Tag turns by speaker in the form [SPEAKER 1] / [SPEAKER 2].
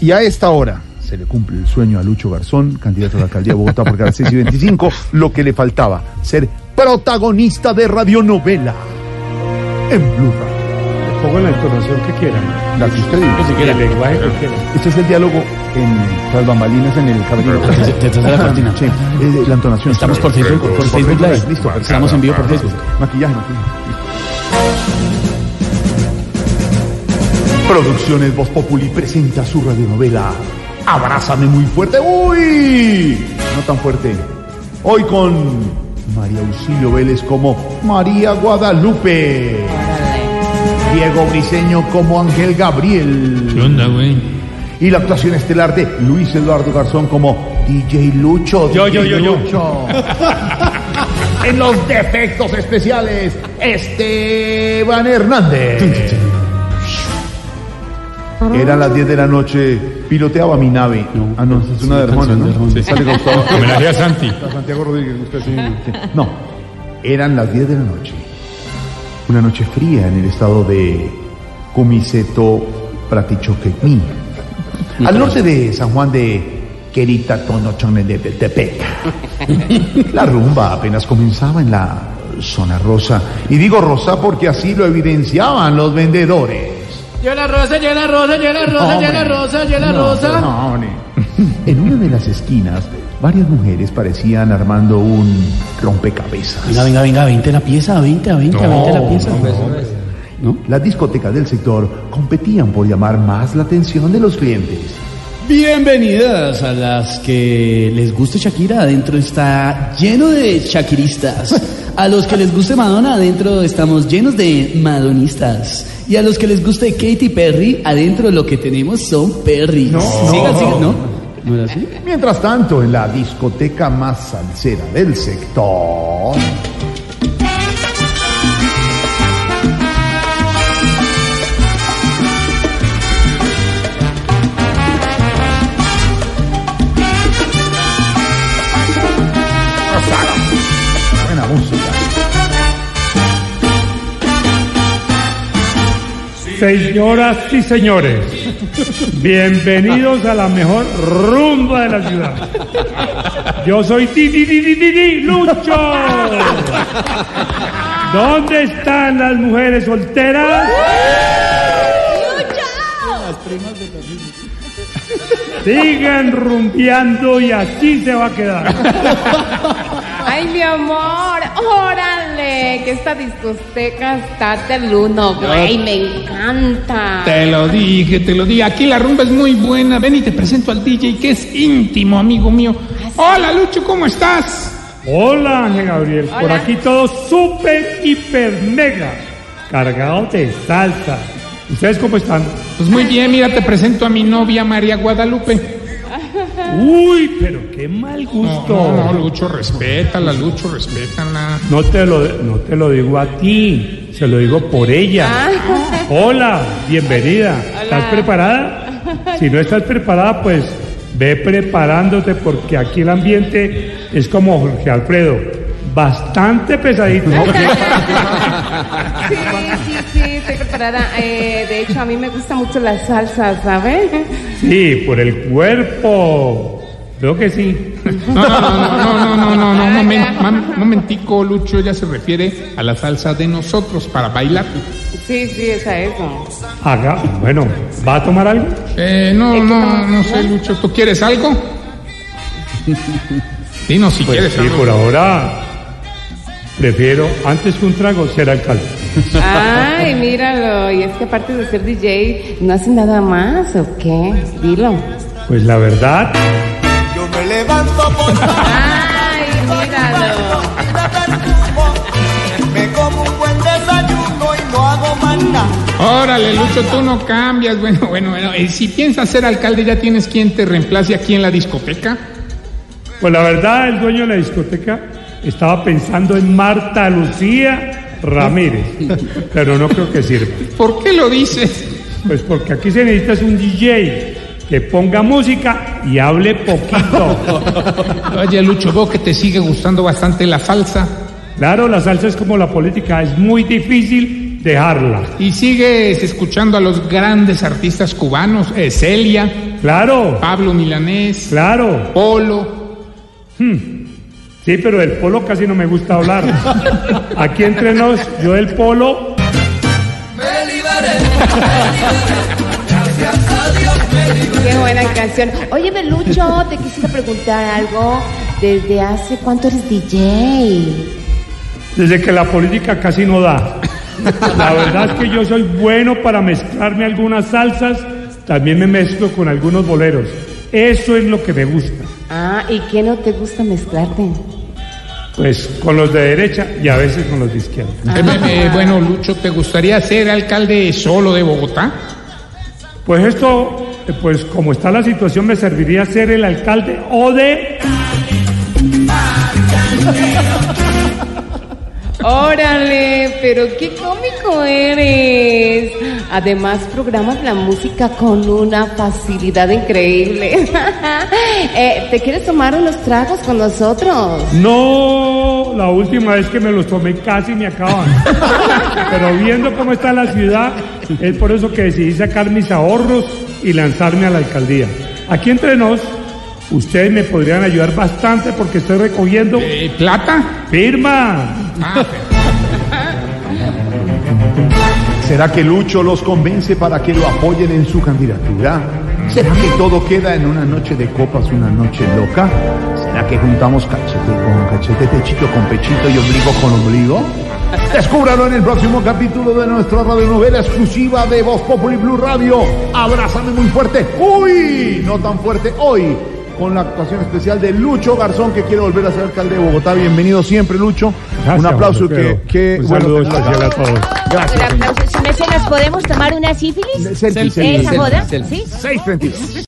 [SPEAKER 1] Y a esta hora se le cumple el sueño a Lucho Garzón, candidato a la alcaldía de Bogotá porque a las 6 y 25, lo que le faltaba, ser protagonista de radionovela en Blue Radio.
[SPEAKER 2] Pongan la entonación que quieran.
[SPEAKER 1] La que usted diga.
[SPEAKER 2] Y el lenguaje que quieran.
[SPEAKER 1] Este es el diálogo en las bambalinas en el camerino. Ah,
[SPEAKER 3] Detrás de la cortina.
[SPEAKER 1] Sí, eh, la entonación.
[SPEAKER 3] Estamos por Facebook, por Facebook Live.
[SPEAKER 1] Listo, perfecto.
[SPEAKER 3] Estamos en vivo por Facebook.
[SPEAKER 1] Maquillaje, maquillaje. Producciones Voz Populi presenta su radionovela Abrázame muy fuerte. ¡Uy! No tan fuerte. Hoy con María Auxilio Vélez como María Guadalupe. Diego Briseño como Ángel
[SPEAKER 4] ¿Qué
[SPEAKER 1] Gabriel.
[SPEAKER 4] onda, güey?
[SPEAKER 1] Y la actuación estelar de Luis Eduardo Garzón como DJ Lucho.
[SPEAKER 2] Yo,
[SPEAKER 1] DJ
[SPEAKER 2] yo, yo, yo.
[SPEAKER 1] Lucho. en los defectos especiales, Esteban Hernández. Era las 10 de la noche, piloteaba mi nave. ah, no, esa es una de Arjona,
[SPEAKER 3] canción de
[SPEAKER 1] ¿no?
[SPEAKER 3] Arjona.
[SPEAKER 1] Sí. Sale Gustavo-
[SPEAKER 4] Homenaje a Santi.
[SPEAKER 1] a Santiago Rodríguez, usted sí. No, eran las 10 de la noche. Una noche fría en el estado de Cumiseto Pratichoquemí. Al norte de San Juan de Querita Tonochone de Tepec. La rumba apenas comenzaba en la zona rosa. Y digo rosa porque así lo evidenciaban los vendedores.
[SPEAKER 5] Yo la rosa, yo la rosa, yo la rosa, yo la
[SPEAKER 1] Hombre.
[SPEAKER 5] rosa, yo la
[SPEAKER 1] No,
[SPEAKER 5] rosa.
[SPEAKER 1] no, hombre. En una de las esquinas, varias mujeres parecían armando un
[SPEAKER 3] Venga,
[SPEAKER 1] rompecabezas.
[SPEAKER 3] venga, venga, 20 la pieza, 20, 20, 20 la pieza.
[SPEAKER 1] Las discotecas del sector competían por llamar más la atención de los clientes.
[SPEAKER 3] Bienvenidas a las que les guste Shakira, adentro está lleno de shakiristas. A los que les guste Madonna, adentro estamos llenos de madonistas. Y a los que les guste Katy Perry, adentro lo que tenemos son Perrys. No, sigan, sigan, ¿no? ¿No era así?
[SPEAKER 1] Mientras tanto, en la discoteca más salsera del sector. Buena música.
[SPEAKER 2] Señoras y señores, bienvenidos a la mejor rumba de la ciudad. Yo soy Ti Ti Ti Ti Ti Ti, Lucho. ¿Dónde están las mujeres solteras? Sigan rumbeando y así se va a quedar.
[SPEAKER 6] Ay, mi amor, órale, que esta discoteca está del uno, güey, me encanta.
[SPEAKER 4] Te lo dije, te lo dije. Aquí la rumba es muy buena. Ven y te presento al DJ que es íntimo, amigo mío. Hola, Lucho, ¿cómo estás?
[SPEAKER 2] Hola Ángel Gabriel, por
[SPEAKER 6] Hola.
[SPEAKER 2] aquí todo súper, hiper, mega, cargado de salsa. ¿Ustedes cómo están?
[SPEAKER 4] Pues muy bien, mira, te presento a mi novia María Guadalupe.
[SPEAKER 2] Uy, pero qué mal gusto.
[SPEAKER 4] No, no, Lucho, respétala, Lucho, respétala.
[SPEAKER 2] No te lo, no te lo digo a ti, se lo digo por ella. Hola, bienvenida. ¿Estás preparada? Si no estás preparada, pues ve preparándote porque aquí el ambiente es como Jorge Alfredo, bastante pesadito.
[SPEAKER 6] Sí, sí, sí, estoy preparada. Eh, de hecho, a mí me gusta mucho la salsa, ¿sabes?
[SPEAKER 2] Sí, por el cuerpo. Veo que sí.
[SPEAKER 4] No, no, no, no, no, no, no, no, momen- mam- momentico, Lucho, ella se refiere a la salsa de nosotros para bailar.
[SPEAKER 6] Sí, sí, esa es. ¿no?
[SPEAKER 2] Haga, bueno, ¿va a tomar algo?
[SPEAKER 4] Eh, no, no, no sé, Lucho, ¿tú quieres algo? Dinos si quieres
[SPEAKER 2] Pues sí,
[SPEAKER 4] algo.
[SPEAKER 2] por ahora prefiero antes que un trago ser alcalde.
[SPEAKER 6] Ay, míralo, y es que aparte de ser DJ, ¿no hace nada más o qué? Dilo.
[SPEAKER 2] Pues la verdad,
[SPEAKER 6] Ay, míralo.
[SPEAKER 7] Me como un buen desayuno y no hago más nada.
[SPEAKER 4] Órale, Lucho, tú no cambias. Bueno, bueno, bueno. Eh, si piensas ser alcalde, ¿ya tienes quien te reemplace aquí en la discoteca?
[SPEAKER 2] pues la verdad, el dueño de la discoteca estaba pensando en Marta Lucía Ramírez, pero no creo que sirva.
[SPEAKER 4] ¿Por qué lo dices?
[SPEAKER 2] Pues porque aquí se necesita es un DJ que ponga música y hable poquito.
[SPEAKER 4] Oye, Lucho, veo que te sigue gustando bastante la salsa.
[SPEAKER 2] Claro, la salsa es como la política, es muy difícil dejarla.
[SPEAKER 4] Y sigues escuchando a los grandes artistas cubanos, eh, Celia,
[SPEAKER 2] Claro,
[SPEAKER 4] Pablo Milanés,
[SPEAKER 2] claro.
[SPEAKER 4] Polo.
[SPEAKER 2] Sí, pero del polo casi no me gusta hablar. Aquí entre nos, yo del polo.
[SPEAKER 6] Qué buena canción. Oye, Belucho, te quisiera preguntar algo. ¿Desde hace cuánto eres DJ?
[SPEAKER 2] Desde que la política casi no da. La verdad es que yo soy bueno para mezclarme algunas salsas, también me mezclo con algunos boleros. Eso es lo que me gusta.
[SPEAKER 6] Ah, ¿y qué no te gusta mezclarte?
[SPEAKER 2] Pues con los de derecha y a veces con los de izquierda.
[SPEAKER 4] Eh, eh, bueno, Lucho, ¿te gustaría ser alcalde solo de Bogotá?
[SPEAKER 2] Pues esto, eh, pues como está la situación, me serviría ser el alcalde o de...
[SPEAKER 6] Órale, pero qué cómico eres. Además, programas la música con una facilidad increíble. Eh, ¿Te quieres tomar unos tragos con nosotros?
[SPEAKER 2] No, la última vez que me los tomé casi me acaban. Pero viendo cómo está la ciudad, es por eso que decidí sacar mis ahorros y lanzarme a la alcaldía. Aquí entre nos, ustedes me podrían ayudar bastante porque estoy recogiendo
[SPEAKER 4] Eh, ¿Plata?
[SPEAKER 2] firma.
[SPEAKER 4] Ah,
[SPEAKER 1] ¿Será que Lucho los convence para que lo apoyen en su candidatura? ¿Será que todo queda en una noche de copas, una noche loca? ¿Será que juntamos cachete con cachete, pechito con pechito y ombligo con ombligo? Descúbralo en el próximo capítulo de nuestra radionovela exclusiva de Voz Populi Blue Radio. Abrázame muy fuerte. Uy, no tan fuerte hoy. Con la actuación especial de Lucho Garzón, que quiere volver a ser alcalde de Bogotá. Bienvenido siempre, Lucho.
[SPEAKER 2] Gracias,
[SPEAKER 1] Un aplauso que,
[SPEAKER 2] Pedro.
[SPEAKER 1] que
[SPEAKER 2] Un
[SPEAKER 1] bueno
[SPEAKER 2] saludo
[SPEAKER 1] tenerlo acá.
[SPEAKER 2] especial a todos.
[SPEAKER 1] Gracias, señor.
[SPEAKER 8] ¿Nos podemos tomar una sífilis?
[SPEAKER 1] Selfie, selfie,
[SPEAKER 8] ¿Esa
[SPEAKER 1] selfie.
[SPEAKER 8] joda? ¿Sí?
[SPEAKER 1] 632.